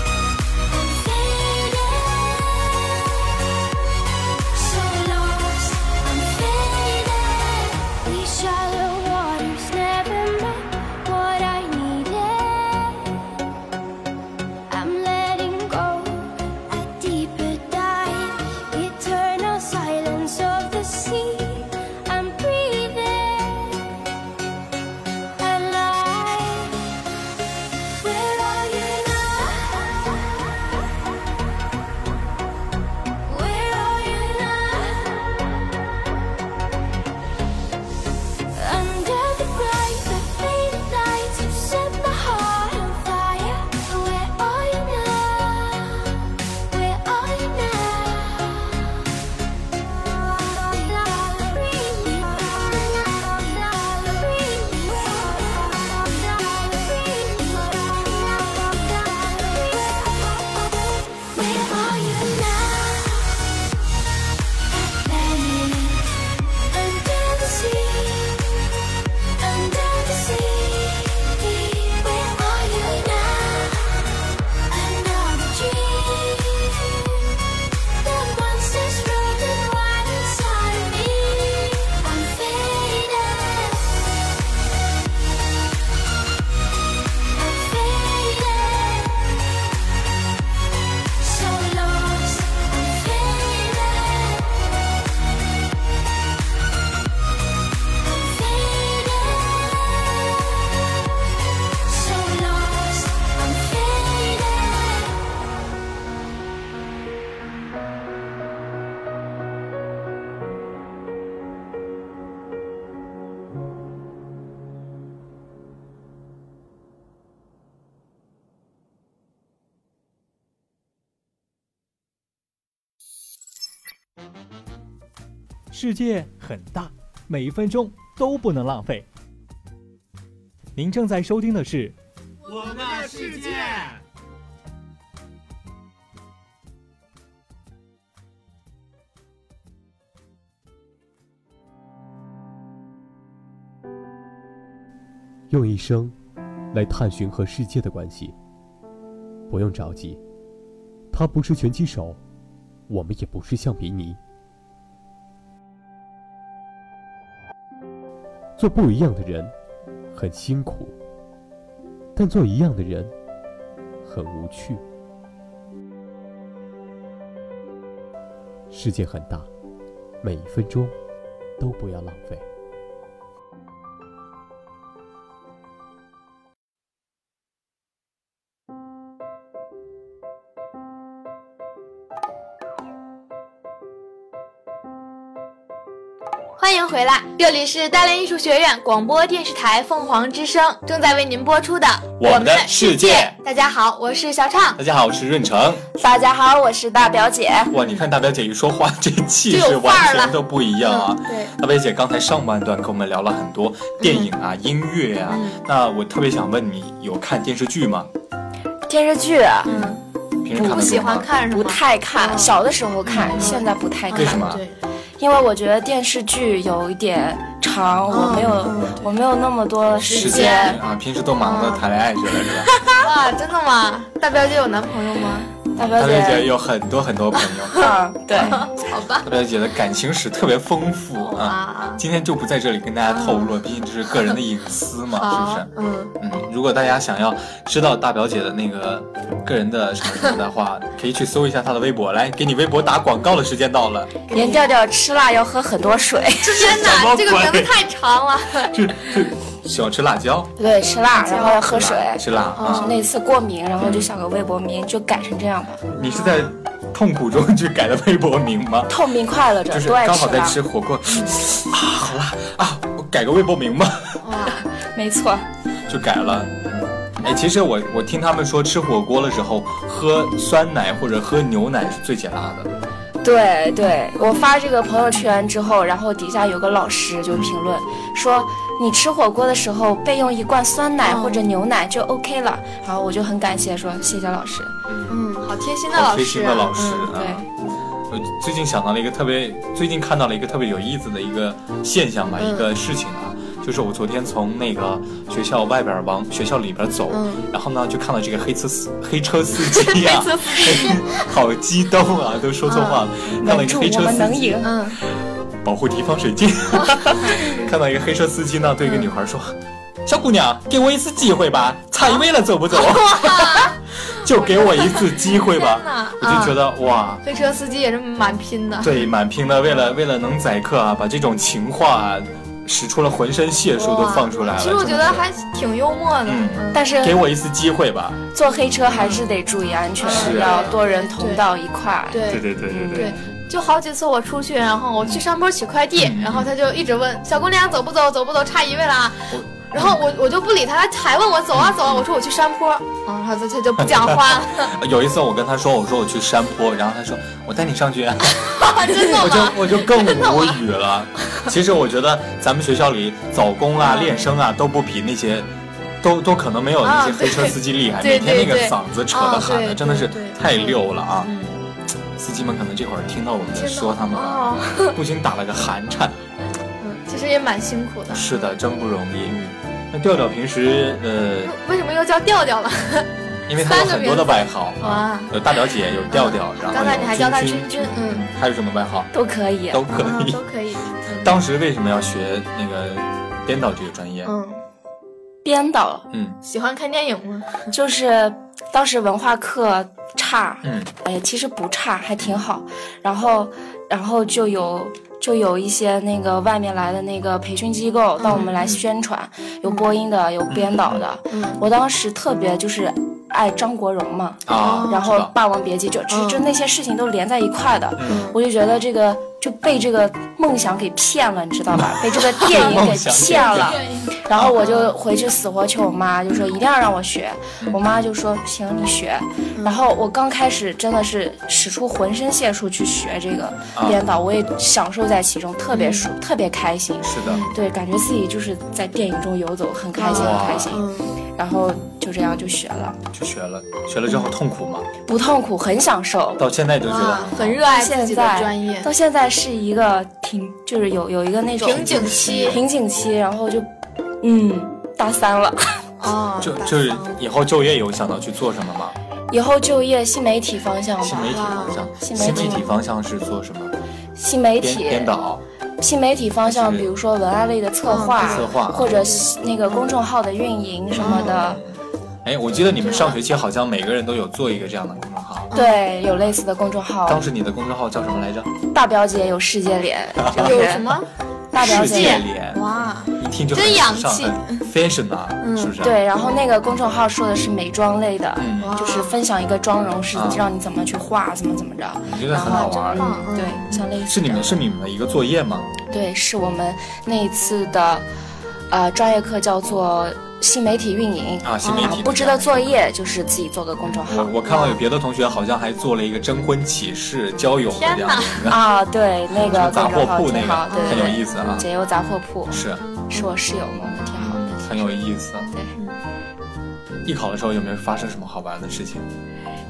S7: I'm faded. So lost. I'm faded. These shallow waters never met what I needed. I'm letting go a deeper dive, eternal silence of the sea. I'm breathing alive. Where are you now? Where are you now? Under the bright, the faded lights have set my heart on fire. Where are you now? Where are you now? Where are you now? Under the sea. Under the sea, where are you now? Another dream that once just running wild inside of me. I'm faded. I'm faded. So lost. I'm faded. So lost, I'm faded.
S8: 世界很大，每一分钟都不能浪费。您正在收听的是
S3: 我们的世界，
S1: 用一生来探寻和世界的关系。不用着急，他不是拳击手，我们也不是橡皮泥。做不一样的人很辛苦，但做一样的人很无趣。世界很大，每一分钟都不要浪费。
S6: 欢迎回来，这里是大连艺术学院广播电视台凤凰之声正在为您播出的《
S4: 我们的世界》。
S6: 大家好，我是小畅。
S4: 大家好，我是润成。
S5: 大家好，我是大表姐。
S4: 哇，你看大表姐一说话，这气
S6: 就
S4: 势
S6: 有范儿
S4: 完
S6: 了
S4: 全都不一样 啊！
S6: 嗯对，
S4: 大表姐刚才上半段跟我们聊了很多电影
S6: 嗯
S4: 啊、音乐啊，那我特别想问你，有看电视剧吗？
S5: 电视剧啊
S6: 嗯，
S4: 平时看
S6: 不
S4: 的
S6: 喜
S4: 多
S6: 欢
S4: 吗？
S6: 看是吗？
S5: 不太看，
S6: 嗯
S5: 小的时候看，现在不太
S4: 为
S5: 看。
S4: 什么
S6: 啊对，
S5: 因为我觉得电视剧有一点长，我没有、我没有那么多嗯时
S4: 时
S5: 间
S4: 间。啊，平时都忙
S6: 嗯
S4: 着谈恋爱去了，是 吧？
S6: 啊，真的吗？大表姐有男朋友吗？
S5: 大表
S4: 大表姐
S5: 姐，
S4: 有很多很多朋 友，
S5: 嗯， 对，
S6: 好吧，
S4: 大表姐的感情史特别丰富啊。
S6: 啊，
S4: 今天就不在这里跟大家透
S6: 嗯
S4: 露了，毕竟这是个人的隐私嘛，是不
S6: 好
S4: 是？，
S6: 嗯，
S4: 嗯，如果大家想要知道大表姐的那个个人的什么什么的话，可以去搜一下她的微博。来，给你微博打广告的时间到 了，
S5: 严调调吃辣要喝很多水，
S6: 天
S4: 什么
S6: 哪，这个名字
S4: 鬼
S6: 太长了。
S4: 喜欢吃辣椒，
S5: 对，吃 辣然后要喝水。嗯
S4: 吃辣啊！
S5: 那次过敏，然后就想个微博名，就改成这样吧。
S4: 你是在痛苦中去改的微博名 吗？
S5: 痛并快乐着
S4: 就，是
S5: 多爱
S4: 刚好在
S5: 辣，
S4: 吃火锅啊，好辣啊，我改个微博名吧，
S6: 哇，
S5: 没错。
S4: 就改了。哎，其实我我听他们说，吃火锅的时候喝酸奶或者喝牛奶是最解辣的。
S5: 对对，我发这个朋友圈之后，然后底下有个老师就评论说，你吃火锅的时候备用一罐酸奶
S6: 嗯
S5: 或者牛奶就 OK 了。然后我就很感谢说谢谢老师。
S6: 嗯，好贴心的
S4: 好
S6: 老
S4: 贴
S6: 师
S4: 心的老
S6: 啊，
S4: 师
S5: 嗯
S4: 啊！
S5: 对
S4: 我最近想到了一个特别，最近看到了一个特别有意思的一个现象
S5: 嗯
S4: 吧，一个事情啊，就是我昨天从那个学校外边儿往学校里边儿走，
S5: 嗯
S6: 嗯
S4: 然后呢就看到这个黑车司黑车司机 呀、啊， 好激动啊，都说错话了，看到一个
S5: 稳住，
S4: 黑
S5: 嗯我
S4: 车
S5: 们
S4: 司
S5: 能
S4: 机
S5: 赢。
S6: 嗯，
S4: 保护敌方水 晶，看到一个黑车司机呢对一个女孩说。小姑娘，给我一次机会吧，踩歪了走不 走？就给我一次机会吧
S6: 天哪，
S4: 我就觉得哇，
S6: 黑车司机也是蛮拼的。
S4: 对，满屏的为了为了能宰客啊，把这种情话、啊、使出了浑身解数都
S6: 哇
S4: 放出来了。
S6: 其实我
S4: 真
S6: 觉
S4: 的
S6: 得
S4: 是
S6: 还挺幽默的。
S4: 嗯
S6: 嗯
S5: 但
S4: 给
S5: 是
S4: 我一次机会吧。
S5: 坐黑车还是得注意安全，
S4: 是啊
S5: 要多人同道一块儿。
S6: 对
S4: 对对对对对
S6: 对，就好几次我出去，然后我去上坡取快递
S4: 嗯，
S6: 然后他就一直问小姑娘走不走，走不走，差一位了啊
S4: 我。
S6: 然后我我就不理他，他还问我走啊走啊，我说我去山坡，嗯，然后他就他就不讲话 了，
S4: 有一次我跟他说，我说我去山坡，然后他说我带你上去，啊
S6: 真的
S4: 我
S6: 吗？
S4: 就我就更无语了。其实我觉得咱们学校里早工
S6: 嗯
S4: 啊、练声啊都不比那些。都都可能没有那些
S6: 啊
S4: 黑车司机厉害，
S6: 对
S4: 每天那个
S6: 对对对
S4: 嗓子扯的
S6: 啊
S4: 喊的、
S6: 对
S4: 真的是
S6: 对对嗯
S4: 太溜了啊！司机们可能这会儿听到我们在说他们啊了，
S6: 哦，
S4: 不禁打了个寒颤。
S6: 嗯，其实也蛮辛苦的。
S4: 是的，真不容易。那调调平时呃，
S6: 为什么又叫 调调了？
S4: 因为他有很多的外号啊
S6: 哇，
S4: 有大表姐，有调调，然后
S6: 刚才你还叫他
S4: 有
S6: 君君，嗯，
S4: 还有什么外号
S5: 都可以。
S4: 都可
S6: 啊
S4: 以
S6: 都。可以，
S4: 当时为什么要学那个编导这个专业？
S6: 嗯，
S5: 编导
S4: 嗯
S6: 喜欢看电影吗？
S5: 就是当时文化课差，
S4: 嗯
S5: 哎，其实不差，还挺好。然后，然后就有就有一些那个外面来的那个培训机构到我们来宣传，有播音的，有编导的。
S6: 嗯
S5: 我当时特别就是爱张国荣嘛，
S6: 哦
S4: 啊，
S5: 然后
S4: 知
S5: 《
S4: 道
S5: 霸王别姬》就就
S6: 嗯
S5: 就那些事情都连在一块的。
S4: 嗯
S5: 我就觉得这个就被这个梦想给骗了，你知道吧？被这个电影
S4: 梦
S5: 给
S4: 想给
S5: 骗了。
S6: 电影
S5: 然后我就回去死活求我妈，就说一定要让我学
S4: 嗯。
S5: 我妈就说行，你学。然后我刚开始真的是使出浑身解数去学这个
S4: 啊
S5: 编导，我也享受在其中，特别舒，特别开心。
S4: 是的，
S6: 嗯
S5: 对，感觉自己就是在电影中游走，很开心，
S4: 哇
S5: 很开心。然后就这样就学了，
S4: 去学了，学了之后痛苦吗？
S5: 不痛苦，很享受。
S4: 到现在就觉得
S6: 啊
S4: 很，好
S6: 很热爱自
S5: 现
S6: 己的
S5: 在
S6: 专业，
S5: 到现在是一个瓶，就是有有一个那种
S6: 瓶颈期
S5: 瓶颈期，然后就嗯大三了。
S6: 哦，
S4: 就
S6: 大
S4: 就是
S6: 三了
S4: 以后就业有想到去做什么吗？
S5: 以后就业新媒体方向
S4: 新
S5: 吧
S4: 媒，体方向，
S5: 新
S4: 新
S5: 媒体
S4: 媒体方向是做什么？
S5: 新媒
S4: 编
S5: 体
S4: 编导、
S5: 新媒体方
S4: 还
S5: 向，
S4: 是
S5: 比如说文案类的策划，
S4: 策划啊
S5: 或者是那个公众号的运营什么的，
S4: 哎，我记得你们上学期好像每个人都有做一个这样的公众号，
S5: 对，有类似的公众号
S4: 当。时你的公众号叫什么来着？
S5: 大表姐有世界脸，就是
S6: 有什么
S5: 大表
S4: 世界
S5: 姐
S4: 脸，
S6: 哇？
S4: 一听就很
S6: 真洋
S4: 时尚
S6: 气
S4: 很 fashion 啊，
S6: 嗯
S4: 是不是？，
S5: 对，然后那个公众号说的是美妆类的，
S4: 嗯，
S6: 哇
S5: 就是分享一个妆容是
S4: 啊
S5: 让你怎么去画，怎么怎么着。
S4: 我觉得
S5: 然
S4: 很好
S5: 后
S4: 玩儿。
S6: 棒嗯
S5: 对，像类似
S4: 是你
S5: 这
S4: 们
S5: 样
S4: 是你们的一个作业吗？
S5: 对，是我们那一次的呃专业课叫做新媒体运营
S4: 啊新媒体
S5: 布置的作业就是自己做个公众
S4: 我
S5: 号
S4: 我看到有别的同学好像还做了一个征婚启事交友的
S6: 天
S4: 这样的一个
S5: 啊，对，那
S4: 什么
S5: 个
S4: 嗯杂
S5: 公
S4: 货
S5: 众号
S4: 铺
S5: 挺
S4: 那
S5: 好，
S4: 个
S5: 对
S4: 很有
S5: 对
S4: 意思啊
S5: 对，，解忧杂货铺
S4: 是
S5: 是我室友嘛，我们挺好的。
S4: 很有意思。
S5: 对，
S4: 艺考的时候有没有发生什么好玩的事情？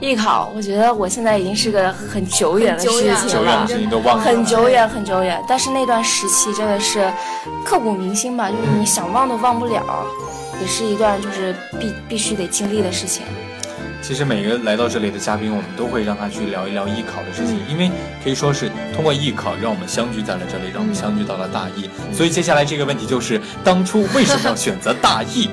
S5: 艺考，我觉得我现在已经是个很久远的
S6: 很久远
S5: 事
S6: 了
S5: 情
S4: 久远的
S5: 了。
S4: 事情都忘了。
S5: 很久远很久远，但是那段时期真的是刻骨铭心吧，就是你想忘都忘不了，也是一段就是必必须得经历的事情。
S4: 其实每个来到这里的嘉宾，我们都会让他去聊一聊艺考的事情，
S5: 嗯
S4: 因为可以说是通过艺考让我们相聚在了这里，让
S5: 嗯
S4: 我们相聚到了大一。所以接下来这个问题就是，当初为什么要选择大 一？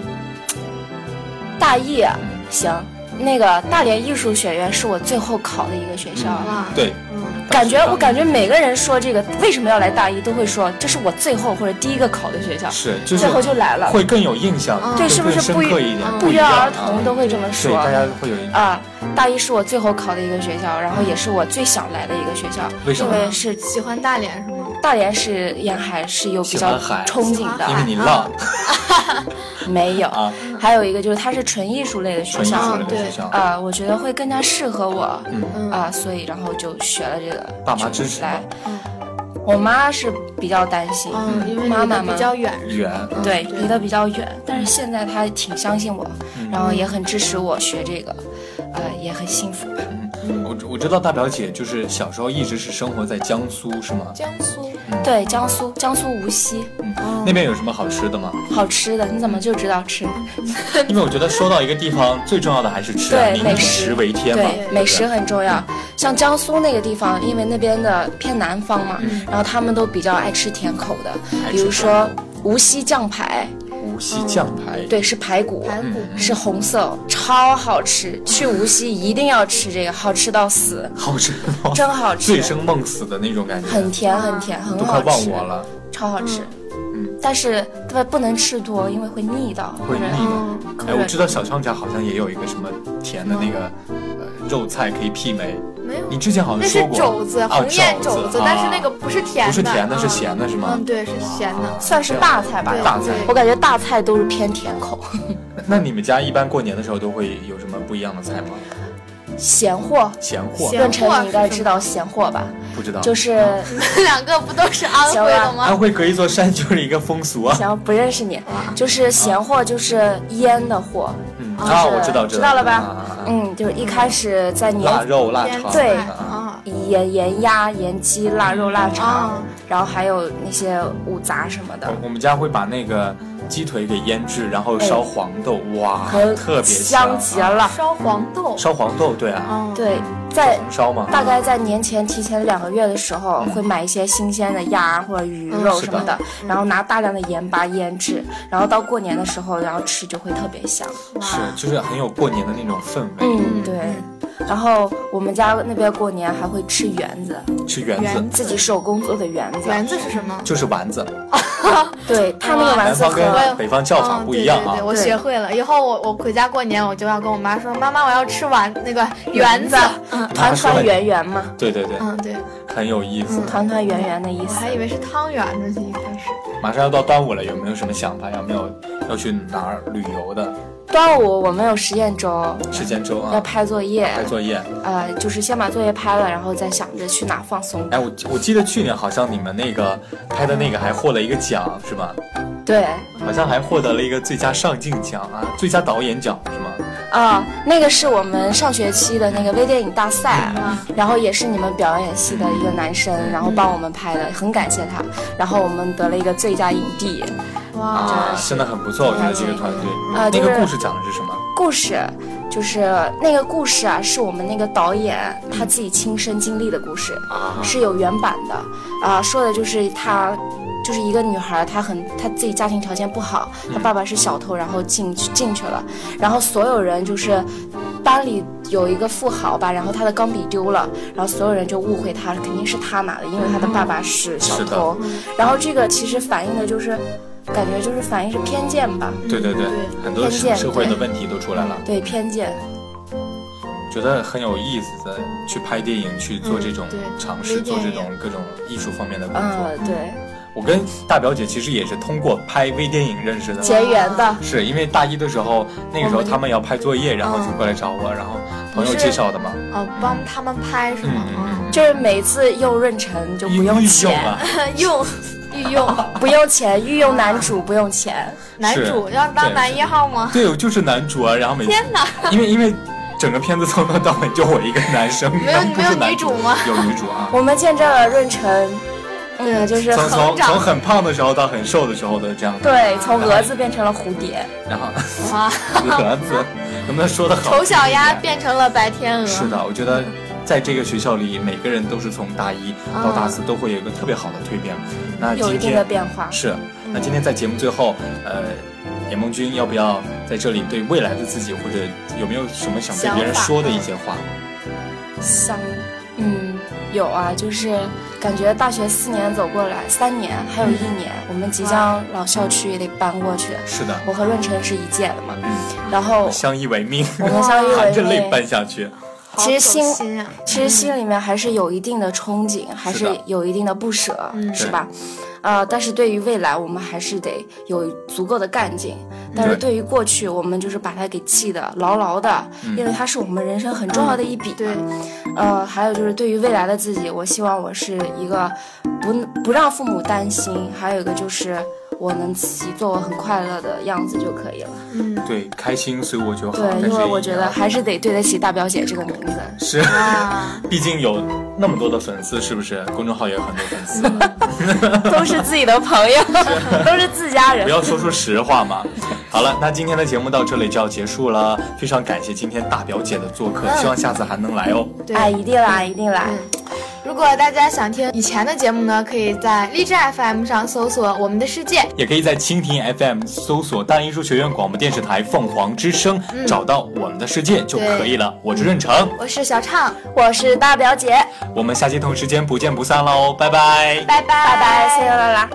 S5: 大一啊行，那个大连艺术学院是我最后考的一个学校，
S6: 哇，
S4: 对，
S6: 嗯，
S5: 感觉我感觉每个人说这个为什么要来大一，都会说这是我最后或者第一个考的学校，
S4: 是就是
S5: 最后就来了，
S4: 会更有印象，
S6: 嗯
S5: 对，
S4: 会
S5: 是不
S4: 更
S5: 是
S4: 深
S5: 不
S4: 刻
S5: 约
S4: 一点？
S5: 不
S4: 一
S5: 约
S4: 样
S5: 而
S4: 啊
S5: 同都会这么
S4: 对
S5: 说
S4: 大家会有
S5: 啊？大一是我最后考的一个学校，然后也是我最想来的一个学校，
S4: 为什么呢
S5: 因为是
S6: 喜欢大连是吗？
S5: 大连是沿海是有
S4: 喜
S5: 比
S4: 欢
S5: 较
S4: 海
S5: 憧憬
S4: 因为
S5: 的，
S4: 你浪
S5: 没有。
S4: 啊，
S5: 还有一个就是它是纯艺术类的学
S4: 纯艺术
S5: 校，
S4: 类的学校，
S5: 呃，我觉得会更加适合我，
S4: 嗯，
S6: 嗯
S5: 啊，所以然后就学了这个。
S4: 爸妈支持吗
S5: 来，我妈是比较担心，
S6: 嗯，因为
S5: 妈
S6: 离
S5: 妈
S6: 得
S5: 嘛
S6: 比较远，
S4: 远，
S6: 嗯
S5: 哦对，呃离得比较远，但是现在她挺相信我，
S4: 嗯
S5: 然后也很支持我学这个，呃，也很幸福吧。
S4: 我我知道大表姐就是小时候一直是生活在江苏，是吗？
S6: 江苏嗯
S5: 对，江苏，江苏无锡，
S4: 那边有什么好吃的吗？
S5: 好吃的，你怎么就知道吃？
S4: 嗯因为我觉得说到一个地方，最重要的还是吃啊，
S5: 对
S4: 民
S5: 美
S4: 以
S5: 食
S4: 食为天嘛。
S5: 对，美食很重要。
S4: 嗯
S5: 像江苏那个地方，因为那边的偏南方嘛，然后他们都比较爱吃甜口的，
S4: 爱吃
S5: 比如
S4: 甜
S5: 说无锡酱排，
S4: 无锡酱排，
S5: 对，是排骨，
S6: 排
S4: 嗯
S6: 骨，
S5: 是红色，超好吃。去无锡一定要吃这个，好吃到死，
S4: 好吃吗？
S5: 真好
S4: 醉
S5: 吃，
S4: 生梦死的那种感觉，
S5: 很甜很甜，很
S4: 都快
S5: 好
S4: 忘
S5: 吃，
S4: 我了，
S5: 超好吃。
S4: 嗯
S5: 但是不不能吃多，因为会腻到，
S4: 会腻的。
S5: 或
S6: 哦
S5: 者
S4: 哎，我知道小畅家好像也有一个什么甜的那个呃肉菜可以媲美，
S6: 没有，
S4: 你之前好
S6: 那
S4: 像
S6: 是
S4: 说过
S6: 肘子，
S4: 啊
S6: 鸿雁
S4: 肘
S6: 肘
S4: 子
S6: 子
S4: 啊，
S6: 但是那个不是甜的，
S4: 不是甜的，是
S6: 嗯
S4: 咸的，是吗啊
S6: 嗯，？对，是咸的。
S5: 算是大菜吧
S6: 对。
S4: 大菜
S6: 对
S5: 我感觉大菜都是偏甜口，
S4: 那你们家一般过年的时候都会有什么不一样的菜吗？
S5: 咸货。
S4: 咸货
S6: 咸
S5: 润晨，你应该
S6: 是什么
S5: 知道咸货吧？
S4: 不知道，
S5: 就是
S4: 嗯
S6: 你们 两个不都是安徽的吗？
S4: 安徽隔一座山就是一个风俗 啊。
S5: 想要不认识你，就是咸货，就是腌的货，
S4: 嗯
S5: 哦就是
S4: 啊，我知道，
S5: 知道了吧
S4: 啊啊啊
S5: 嗯，就是一开始在年
S4: 腊嗯肉、腊肠，
S5: 对
S4: 啊
S6: 啊，
S5: 盐盐鸭、盐鸡、腊肉、腊肠，
S6: 啊
S5: 然后还有那些五杂什么的
S4: 我，我们家会把那个鸡腿给腌制，然后烧黄豆，哇，
S5: 可
S4: 特别
S5: 香极
S4: 啊
S5: 了。
S6: 烧黄豆，
S4: 烧黄豆，对啊，
S6: 嗯，
S5: 对，在
S4: 红烧嘛，
S5: 大概在年前提前两个月的时候，会买一些新鲜的鸭或者鱼
S6: 嗯
S5: 肉
S4: 嗯是
S5: 什么
S4: 的
S5: 的，然后拿大量的盐巴腌制，然后到过年的时候，然后吃就会特别香。
S6: 哇
S4: 是就是很有过年的那种氛围。
S5: 嗯，对。然后我们家那边过年还会吃圆子，
S4: 吃圆
S6: 圆
S4: 子
S5: 自己手工做的圆子。
S6: 圆子是什么？
S4: 就是丸子，
S5: 对，它那个
S6: 哇
S5: 丸
S4: 南
S5: 子
S4: 方
S5: 和
S4: 跟北方叫法不一样啊
S6: 嗯对对对，。我
S5: 对
S6: 学会了。以后我我回家过年，我就要跟我妈说，妈妈，我要吃丸那个圆子。嗯
S5: 团团圆圆嘛，
S4: 对对对，
S6: 嗯，对，
S4: 很有意思。
S5: 团团圆圆的意
S6: 我
S5: 思。
S6: 还以为是汤圆呢，一开始。
S4: 马上要到端午了，有没有什么想法？有没有要去哪儿旅游的？
S5: 端午我们有实验周，
S4: 吃煎粥
S5: 要
S4: 啊，
S5: 拍作业，
S4: 拍作业。
S5: 呃，就是先把作业拍了，然后再想着去哪放松。
S4: 哎，我我记得去年好像你们那个拍的那个还获了一个奖，是吧？
S5: 对，
S4: 好像还获得了一个最佳上镜奖啊，最佳导演奖是吗？
S5: 啊、那个是我们上学期的那个微电影大赛，然后也是你们表演系的一个男生，然后帮我们拍的，很感谢他。然后我们得了一个最佳影帝。
S4: 啊
S6: 哇，
S4: 真的很不错，我觉得这个团队。
S5: 啊
S4: 那
S5: 就
S4: 个
S5: 是
S4: 故事讲的是什么？
S5: 故事就是那个故事啊，是我们那个导演他自己亲身经历的故事，是有原版的啊、说的就是他。就是一个女孩，她很她自己家庭条件不好，她爸爸是小偷，然后进去进去了，然后所有人就是班里有一个富豪吧，然后他的钢笔丢了，然后所有人就误会他肯定是他拿的，因为他的爸爸是小
S4: 是的
S5: 偷，然后这个其实反映的就是感觉就是反映是偏见吧，
S4: 对对对，
S6: 对
S4: 很多
S5: 偏嗯见
S4: 社社会的
S5: 对
S4: 问题都出来了，
S5: 对偏见，
S4: 觉得很有意思的去拍电影，去做这种
S6: 嗯对
S4: 尝试，
S6: 微
S4: 做
S6: 电
S4: 这
S6: 影
S4: 种各种艺术方面的工作。
S5: 嗯，对，
S4: 我跟大表姐其实也是通过拍微电影认识的嘛，
S5: 结缘的，
S4: 是因为大一的时候，那个时候
S5: 哦我们
S4: 他们要拍作业，然后就
S6: 嗯
S4: 过来找我，然后朋友
S6: 你是
S4: 介绍的嘛。
S6: 哦，帮他们拍是
S4: 嗯
S6: 吗？
S4: 嗯嗯，
S5: 就是每次又润唇就不用
S4: 御用
S5: 钱，
S4: 啊，
S6: 嗯用 御用
S5: 不用钱，御用男主不用钱，
S6: 男主要当男一号吗？
S4: 对，我就是男主啊。然后每次，
S6: 天哪，
S4: 因为因为整个片子从头到尾就我一个男生，
S6: 没有
S4: 然后不是
S6: 没有
S4: 男
S6: 女主吗？
S4: 有女主 啊。
S5: 我们见证了润唇，嗯，就是
S4: 从从
S6: 成长
S4: 从很胖的时候到很瘦的时候的这样子，
S5: 对，从蛾子变成了蝴蝶，
S4: 然后
S6: 哇，
S4: 蛾子 能不能说的好？
S6: 啊丑小鸭变成了白天鹅，
S4: 是的，我觉得在这个学校里，每个人都是从大一
S6: 啊
S4: 到大四都会有一个特别好的蜕变。那
S5: 有一
S4: 今
S5: 定的
S4: 天
S5: 变化。
S4: 是，那今天在节目最后，呃，严梦君要不要在这里对未来的自己，或者有没有什么想对别人说的一些话？
S5: 想，嗯，有啊，就是感觉大学四年走过来，三年还有一年，
S4: 嗯
S5: 我们即将老校区也得搬过去。
S4: 是的，
S5: 我和润晨是一届的嘛，
S4: 嗯，
S5: 然后
S4: 相依为命，
S5: 我们相依
S4: 含着
S5: 为
S4: 泪
S5: 命。
S4: 办下去。
S6: 好
S5: 其实心
S6: 走心啊，
S5: 其实心里面还是有一定的憧憬，
S4: 嗯
S5: 还
S4: 是
S5: 是
S4: 的
S5: 有一定的不舍，
S6: 嗯
S5: 是吧？呃，但是对于未来，我们还是得有足够的干劲。
S4: 嗯
S5: 但是对于过去，我们就是把它给记得牢牢的，
S4: 嗯
S5: 因为它是我们人生很重要的一笔。
S6: 对，
S5: 呃，还有就是对于未来的自己，我希望我是一个不不让父母担心，还有一个就是我能自己做我很快乐的样子就可以了。
S6: 嗯，
S4: 对，开心，所以我就好。
S5: 对，
S4: 但
S5: 因
S4: 是
S5: 为
S4: 也
S5: 我觉得还是得对得起大表姐这个名字。
S4: 是，
S6: 啊，
S4: 毕竟有那么多的粉丝，是不是？公众号也有很多粉丝，
S5: 都是自己的朋友，都是自家
S4: 不
S5: 人。
S4: 要说出实话嘛。 好了，那今天的节目到这里就要结束了，非常感谢今天大表姐的做客，
S5: 嗯
S4: 希望下次还能来哦。
S6: 对，
S5: 哎，一定来，一定来。
S6: 嗯，如果大家想听以前的节目呢，可以在荔枝 FM 上搜索“我们的世界
S4: 也可以在蜻蜓 FM 搜索大艺术学院广播电视台凤凰之声，
S5: 嗯
S4: 找到我们的世界就可以了。我是任成，”，
S6: 我是小畅，
S5: 我是大表姐，
S4: 我们下期同时间不见不散喽，拜拜。
S6: 拜拜，拜
S5: 拜拜，谢谢啦啦。